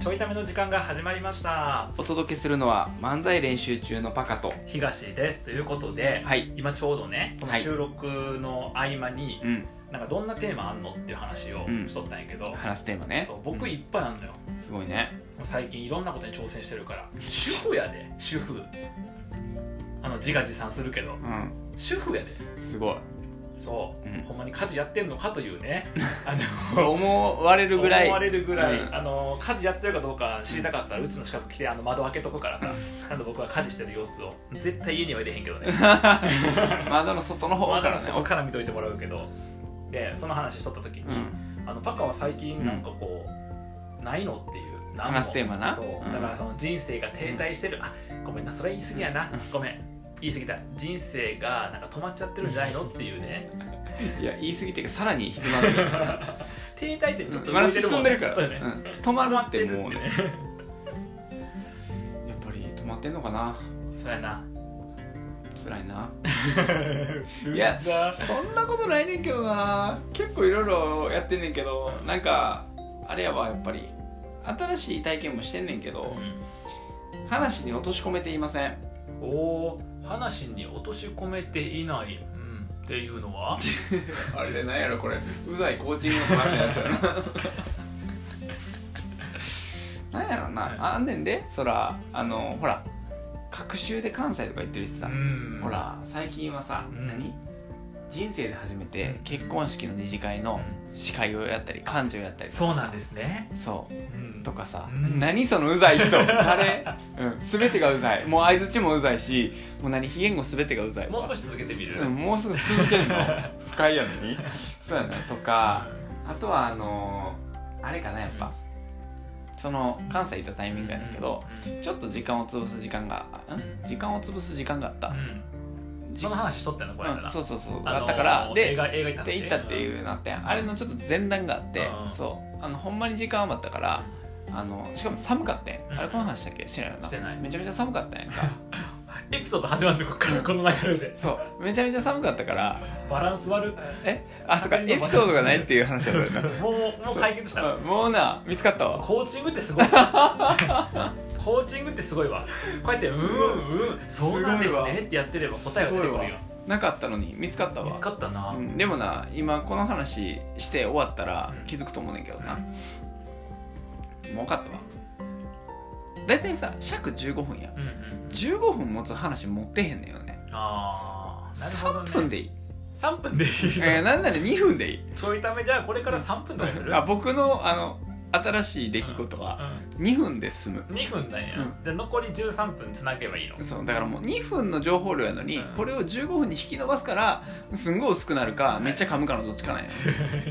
ちょいための時間が始まりましたお届けするのは漫才練習中のパカと東ですということではい今ちょうどねこのはい収録の合間に、うんなんかどんなテーマあんのっていう話をうんしとったんやけど、話すテーマねそう僕うんいっぱいあんのよ、すごいねもう最近いろんなことに挑戦してるから主婦やで主婦あの自画自賛するけどうん主婦やですごいそう、うんほんまに家事やってんのかという ねあの思われるぐらい思わ れるぐらい、うんあの家事やってるかどうか知りたかったら、うちの近く来てあの窓開けとくからさ あの僕は家事してる様子を絶対家には入れへんけど ね窓の外の方か窓のらね外から見といてもらうけどでその話しとった時に、うんあのパカは最近なんかこう、ないのっていう何も話すテーマなそううんだからその人生が停滞してる、あごめんなそれ言い過ぎやな、うんごめん言い過ぎた人生がなんか止まっちゃってるんじゃないのっていうねいや言い過ぎてさらに人なんだけどさ停滞点ちょっと まだ進んでるから、そうだねうん止まるってもうねねやっぱり止まってんのかなそうやな辛いな いやそんなことないねんけどな結構いろいろやってんねんけどうんなんかあれやわやっぱり新しい体験もしてんねんけど、話に落とし込めていませんうんおー話に落とし込めていない、うん、っていうのはあれなんやろこれうざいコーチングのなんやつやななんやろなあんねんでそらあのほら隔週で関西とか言ってるしさ、んほら最近はさ、うん何人生で初めて結婚式の二次会のう司会をやったり幹事をやったりとかさそうなんですね、そううんとかさ、うん何そのうざい人 誰、うん、全てがうざいもう相づちもうざいしもう何非言語全てがうざいもう少し、し続けてみる、うん、もうすぐ続け るの不快やのにそうやねとかあとはあのーあれかなやっぱその関西行ったタイミングやねんだけど、ちょっと時間を潰す時間がん時間を潰す時間があった、うんうん、その話しとったのこれうん、そうそうそうあのーだったから映で画映画行ったで行ったってういうなってあれのちょっと前段があってうんそうあのほんまに時間余ったからあのしかも寒かったやんうんあれこの話だっけしてないよなしてないめちゃめちゃ寒かったやんかエピソード始まるのこっからこの流れでそうめちゃめちゃ寒かったからバランス悪っえあそっかエピソードがないっていう話だったよなもうもう解決したうんもうな見つかったわコーチングってすごいコーチングってすごいわこうやって「うんうんそうなんですすごいね」わってやってれば答えが出てくるよなかったのに見つかったわ見つかったな、うんでもな今この話して終わったらうん気づくと思うねんけどな、もう分かったわ大体さ尺15分やうんうん15分持つ話持ってへんねんよねああなるほど3ね分でいい、 3分でいいえー、なんなら2分でいいちょいためじゃあこれから3分とかにするあ僕のあの新しい出来事は2分で済むうん、2分なんや、うで残り13分つなげばいいのそうだからもう2分の情報量やのにうんこれを15分に引き伸ばすからすんごい薄くなるかいめっちゃ噛むかのどっちかな んや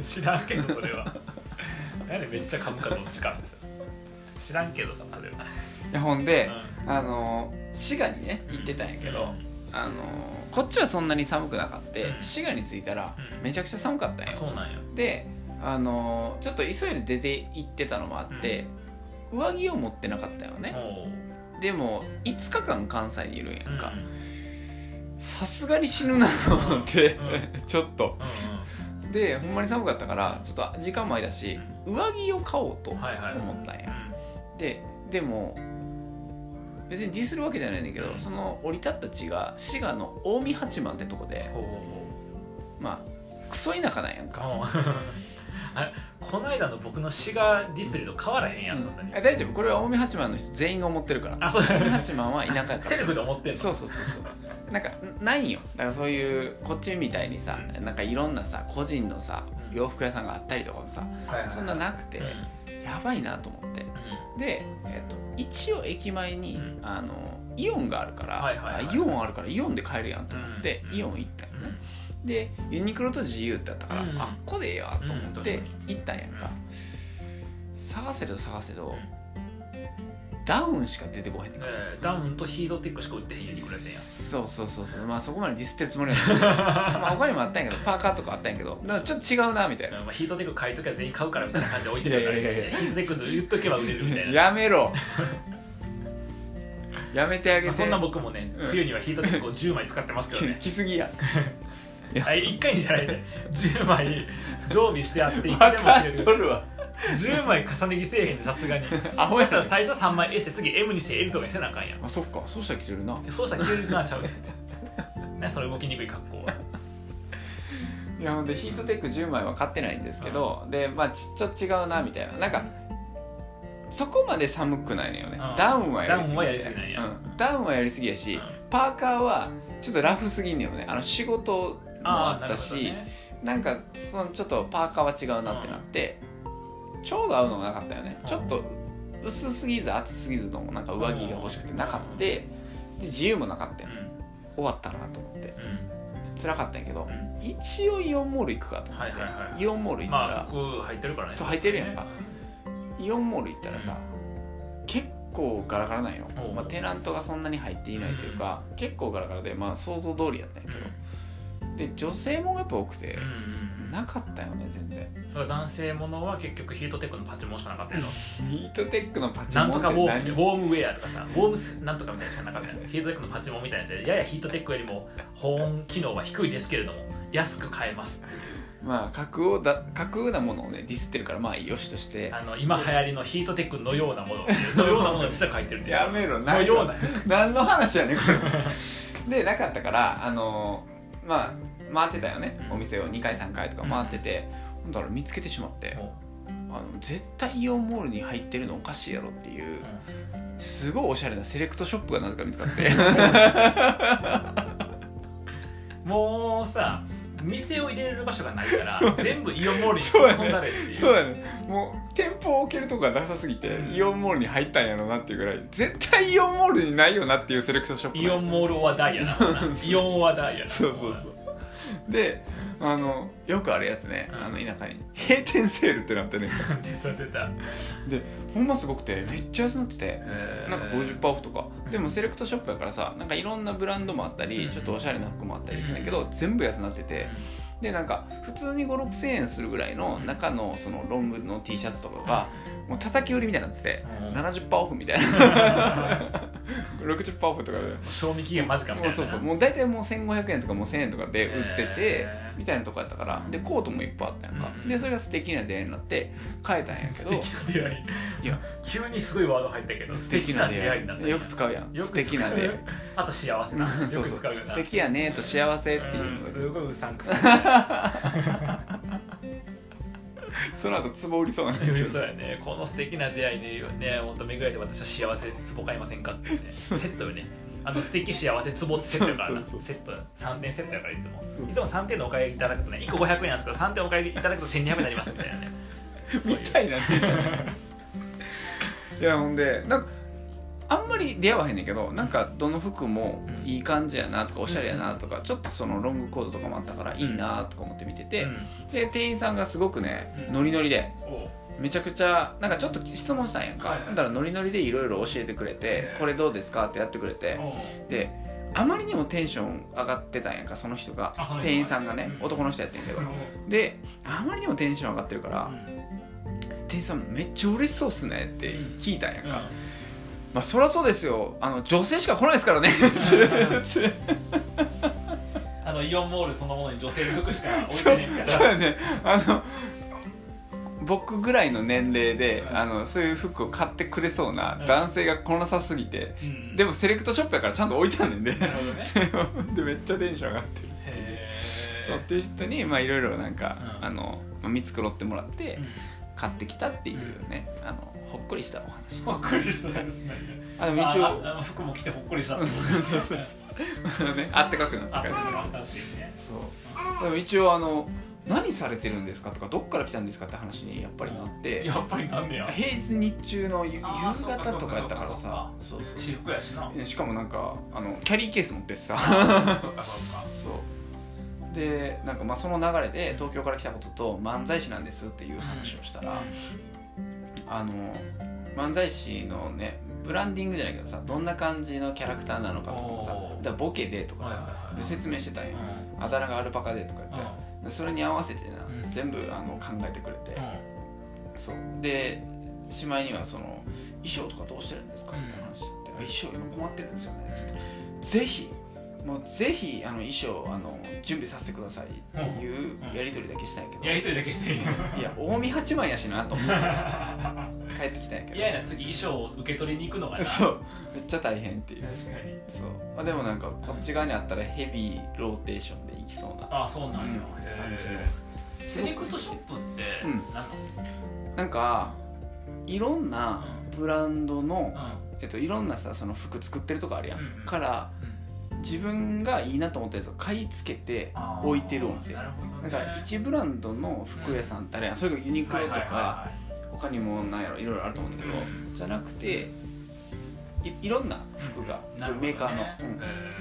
知らんけどそれはなんでめっちゃ噛むかどっちかです知らんけどさそれは、でほんでうあの滋賀にね行ってたんやけどあのこっちはそんなに寒くなかっうてん滋賀に着いたらうんめちゃくちゃ寒かったんあよそうなんやであのちょっと急いで出て行ってたのもあって、上着を持ってなかったよね、おうでも5日間関西にいるんやんかうんうんさすがに死ぬなと思って、う ちょっとうでほんまに寒かったからちょっと時間も空いたし上着を買おうと思はいはいったんや、んうんででも別にディスるわけじゃないんだけど、うんその降り立った地が滋賀の近江八幡ってとこでほうほうほうまあクソ田舎なんやんか、 あれこの間の僕の滋賀ディスリと変わらへんやんそんなに、あ大丈夫これは近江八幡の人全員が思ってるからあそうだ近江八幡は田舎やからセルフで思ってんのそうそうそうそうなんかんないんよだからそういうこっちみたいにさなんかいろんなさ個人のさうん洋服屋さんがあったりとかもさはいはいはいそんななくてうんやばいなと思ってで、えっと一応駅前にうんあのイオンがあるから、はいはいはいあイオンあるからイオンで買えるやんと思って、うんイオン行ったようんね、でユニクロと GU ってあったから、うんあっこでええわと思ってうん確か行ったんやんか、探せど探せど、うんダウンしか出てこへんねんから、えーダウンとヒートテックしか売ってへんやんくれてんやそうそうそうそうまあそこまでディスってるつもりはな いけどまあ他にもあったんやけどパーカーとかあったんやけどなんかちょっと違うなみたいなうんまあ、ヒートテック買いときは全員買うからみたいな感じで置いてるから、ね、いやいやいやいヒートテックと言っとけば売れるみたいなや めろやめてあげまあ、てそん な僕もね、うん冬にはヒートテックを10枚使ってますけど ねきすぎやあ1回にじゃないで10枚常備してあっていつでも着分かれっるとるわ10枚重ね着せえへんでさすがにアホそやしたらな最初3枚 A して次 M にして L とかにせなあかんやんあそっかそうしたら着てるなでそうしたら急になっちゃうね んねその動きにくい格好はいやほんでヒートテック10枚は買ってないんですけど、でまあちちょっと違うなみたいななんかそこまで寒くないのよね、うんダウンはやりすぎダウンはやりすぎなんやうんダウンはやりすぎやし、うんパーカーはちょっとラフすぎんのよねあの仕事もあーったしな,、ねんかそのちょっとパーカーは違うなってなって、ちょうど合うのもなかったよね、うんちょっと薄すぎず厚すぎずのもなんか上着が欲しくてなかった、で自由もなかったうよ、ん終わったなと思ってう辛かったんやけど、んうん一応イオンモール行くかと思って、はいはいはいイオンモール行ったまあら、服入ってるからねそう入ってるやんかイオンモール行ったらさ、結構ガラガラなんよお、うまあ、テナントがそんなに入っていないというか、結構ガラガラでまあ想像通りやったんやけど、で女性もやっぱ多くてうん、うんなかったよね全然だから男性ものは結局ヒートテックのパチモンしかなかったや ろヒートテックのパチモなンんってとかウ何ォームウォームウェアとかさウォームスなんとかみたいなしかなかったやんヒートテックのパチモンみたいなやつでややヒートテックよりも保温機能は低いですけれども安く買えますまあ架空をだ架空なものをねディスってるからまあよしとしてあの今流行りのヒートテックのような もののようなものに実は書いてるんですやめろなのような何の話やねんこれでなかったからあのーまあ回ってたよねうんお店を2回3回とか回ってて、ほんだら見つけてしまってもあの絶対イオンモールに入ってるのおかしいやろっていうすごいおしゃれなセレクトショップがなぜか見つか ってうもうさ店を入れる場所がないからそうやね全部イオンモールにそうやね突っ込んだれっていうそうやねもう店舗を置けるとこがなさすぎて、うんイオンモールに入ったんやろなっていうぐらい絶対イオンモールにないよなっていうセレクトショップイオンモールはダイヤなイオンはダイヤなそうそうそうであのよくあるやつね、あの田舎に閉店セールってなってね出た出たほんますごくてめっちゃ安なっててなんか50%オフとかうんでもセレクトショップやからさなんかいろんなブランドもあったりうんちょっとおしゃれな服もあったりするんだけど全部安なっててでなんか普通に56000円するぐらいの中のそのロングの T シャツとかがもう叩き売りみたいになってて70%オフみたいな 60%オフとかで 賞味期限間近みたいもうなそうそうもう大体もう1500円とかもう1000円とかで売っててえーみたいなとこやったからでコートもいっぱいあったやんかうんでそれが素敵な出会いになって変えたんやけ素ど敵な出会いいや急にすごいワード入ったけど素敵な出会いになったよく使うやんよく素使う敵な出 会いあと幸せなそうそようく使うよ 素な敵やねと幸せっていうのんが、すごいうさんくさいその後ツボ売りそうなんですよそうやねこの素敵な出会いねね求めぐらいで私は幸せつぼ買いませんかって、ね、セットよねあの素敵幸せつぼってセットやからなそうそうセット3点セットやからいつもそういつも3点のお買い上げいただくとね1個500円なんですけど3点お買い上げいただくと1200円になりますみたい なねそうみいうたいな姉ち ゃんいやほんでなんかあんまり出会わへんねんけどなんかどの服もいい感じやなとかおしゃれやなとかちょっとそのロングコートとかもあったからいいなとか思って見てて、うんで店員さんがすごくねうんノリノリでおうめちゃくちゃなんかちょっと質問したんやんか、はいはいだからノリノリでいろいろ教えてくれてへえこれどうですかってやってくれておうであまりにもテンション上がってたんやんかその人があその人が店員さんがね、うん男の人やってんけどうんであまりにもテンション上がってるから、店員さんめっちゃ嬉しそうっすねって聞いたんやんか、まあそりゃそうですよあの女性しか来ないですからね あのイオンモールそのものに女性の服しか置いそうてないからそうやねあの僕ぐらいの年齢で、うんあのそういう服を買ってくれそうなうん男性が来なさすぎて、うんでもセレクトショップやからちゃんと置いてあんねんでなるほど ねでめっちゃテンション上がってるへーそうっていう人にまあいろいろなんか、うんあのまあ見繕ってもらって、うん買ってきたっていうね、あのほっこりしたお話ほっこりしたですねあでも一あ応ああ服も着てほっこりしたそうそうそう ねあったかくなったあかでもらあったっていうねそうでも一応あの何されてるんですかとかどっから来たんですかって話にやっぱりなってやっぱりなんねや平日日中の夕夕あー方とかやったからそうかさそうそう私服やしなえしかもなんかあのキャリーケース持っ てさそうかそうかそうでなんかまあその流れで東京から来たことと漫才師なんですっていう話をしたら、あの漫才師のねブランディングじゃないけどさどんな感じのキャラクターなのかとかもさおーだからボケでとかはいはいさはい説明してたんうんよあだ名がアルパカでとか言ってでそれに合わせてなうん全部あの考えてくれてうそうでしまいにはその衣装とかどうしてるんですかうんみたいな話しててあ衣装今困ってるんですよねつってぜひもうぜひあの衣装あの準備させてくださいっていううんうんやり取りだけしたんやけど、やりとりだけしていいよいや近江八幡やしなと思って帰ってきたんやけ嫌やな次衣装を受け取りに行くのがどなそうめっちゃ大変っていう確かにそう、まあ、でもなんかこっち側にあったらヘビーローテーションでいきそうなああそうなんや、うんへー感じのセレクトショップってうん何なのなんかいろんなブランドの、えっと、いろんなさその服作ってるとこあるやん、うんうんからうんうん自分がいいなと思ったやつを買い付けてあー置いてるお店なるほど、ね、だから1ブランドの服屋さんってあれやんそれがユニクロとはいはいかはいはい他にもなんやろいろいろあると思うんだけどうんじゃなくていいろんな服がなるほどねメーカーの、うんへ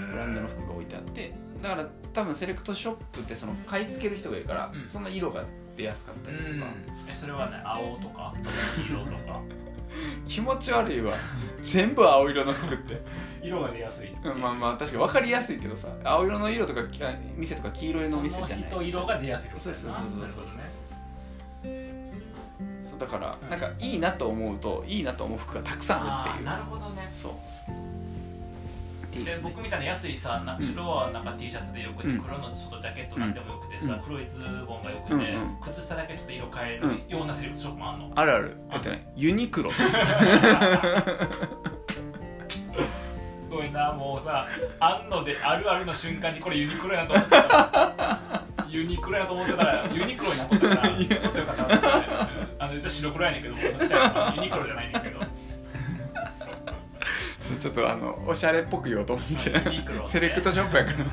ーブランドの服が置いてあってだから多分セレクトショップってその買い付ける人がいるから、うんそんな色が出やすかったりとか、うんえそれはね青とか黄色とか気持ち悪いわ 全部青色の服って色が出やすいうんまあまあ確かに分かりやすいけどさ青色の色とかきあ店とか黄色の店じゃないその人色が出やすいそうそうそうそうそうそうそうだから、うんなんかいいなと思うといいなと思う服がたくさんあるあってあいうなるほどねそうっていうで僕みたいな安いさな白はなんか T シャツでよくて、うん黒の外ジャケットなんでもよくてさ、うん黒いズボンがよくて、うんうん靴下だけちょっと色変えうるようなセレクトショップもあんの、あるあるえっとねユニクロ ごめんなもうさあんのであるあるの瞬間にこれユニクロやと思ってたユニクロやと思ってたらユニクロになっとったからちょっとよかったなと思ってうんあのじゃあ白黒やねんけど僕の着たいのはユニクロじゃないねんけどちょっとあのおしゃれっぽく言おうと思ってユニクロセレクトショップや から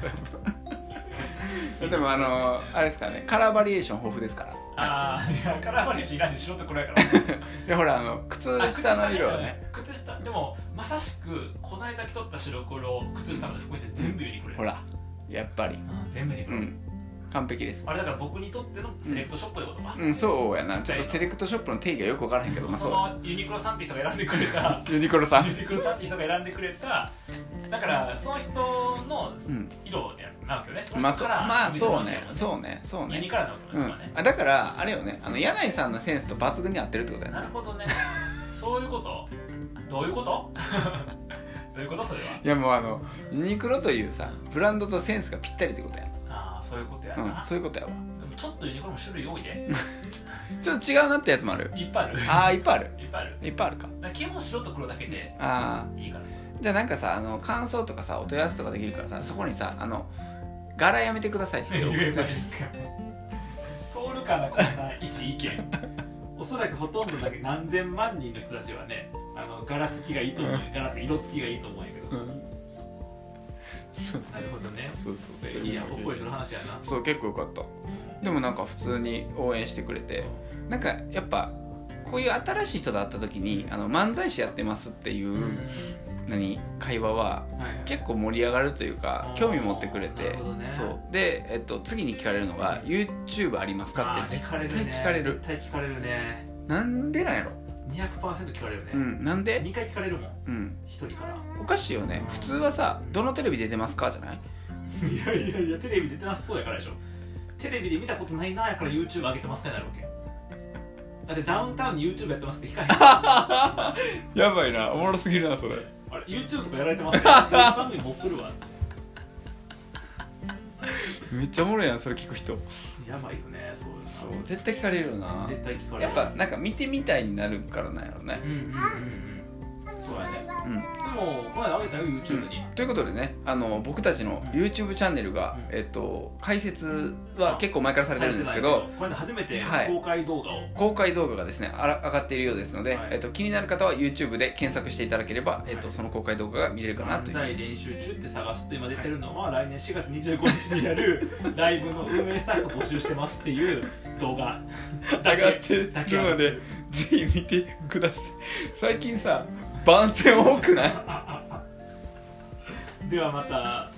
でもあのあれですからねカラーバリエーション豊富ですからああいやカラーバリエーションいらんねん白と黒やからでほらあの靴下の色はね靴下でもまさしくこの間着とった白黒靴下まで含めて全部ユニクロやほらやっぱりあー全部ユニクうロ、ん完璧ですあれだから僕にとってのセレクトショップってことか、うんそうやなちょっとセレクトショップの定義はよく分からへんけどまあそそうのユニクロさんって人が選んでくれ たユニクロさユんニクロさんって人が選んでくれただからその人のうん色やなわけよねそまのあ人そうからまあそうねユニクロそうねそうの色をねユニねからなわけうよんね、あだからあれよねあの柳井さんのセンスと抜群に合ってるってことだよなねるほどねそういうことどういうこと どういうことそれはいやもうあのユニクロというさブランドとセンスがぴったりってことやああそういうことやな、うんそういうことやわでもちょっとユニクロも種類多いでちょっと違うなってやつもあるいっぱいあるあーいっぱいあるいっぱいある。いっぱいあるかだから基本白と黒だけであいいからさ。ーじゃあなんかさあの感想とかさお問い合わせとかできるからさそこにさあの柄やめてくださいって送って ほしい通るかなこんな一意見。おそらくほとんどだけ何千万人の人たちはね、あの柄付きがいいと思うよ。柄付き色付きがいいと思うんやけどさ。なるほどね。そうそいいや、ほっこりする話やな。そう結構よかったでもなんか普通に応援してくれてなんかやっぱこういう新しい人と会った時にあの漫才師やってますっていう、何会話ははいはい結構盛り上がるというかあー興味持ってくれなてるほどねそうで、えっと、次に聞かれるのが「YouTube ありますか?」あっー聞て絶かれ対るね。聞かれる絶対聞かれるね。なんでなんやろ200%聞かれるね。うんなんで2回聞かれるもん。うん1人から。おかしいよね普通はさ「どのテレビ出てますか?」じゃないいやいやいやテレビ出てなさそうやからでしょテレビで見たことないなやから YouTube 上げてますかになるわけだってダウンタウンに YouTube やってますって聞かへんやばいなおもろすぎるなそれあれ YouTube とかやられてますかテレビ番組持ってるわめっちゃおもろいやんそれ聞く人やばいよねそういうのそう絶対聞かれるよな絶対聞かれるやっぱなんか見てみたいになるからなんやろねうんうんうんうんそうやねうんでもこの間上げたよ YouTube に、ということでねあの僕たちのうん YouTube チャンネルが、うんえっと、解説は結構前からされてるんですけどされてないこの間初めてはい公開動画を、公開動画がですねあら上がっているようですので、はいえっと、気になる方は YouTube で検索していただければ、えっと、はいその公開動画が見れるかなと漫いう、才練習中って探すと今出てるのは来年4月25日にやるライブの運営スタッフ募集してますっていう動画だけだけぜひ見てください最近さ番宣多くないではまた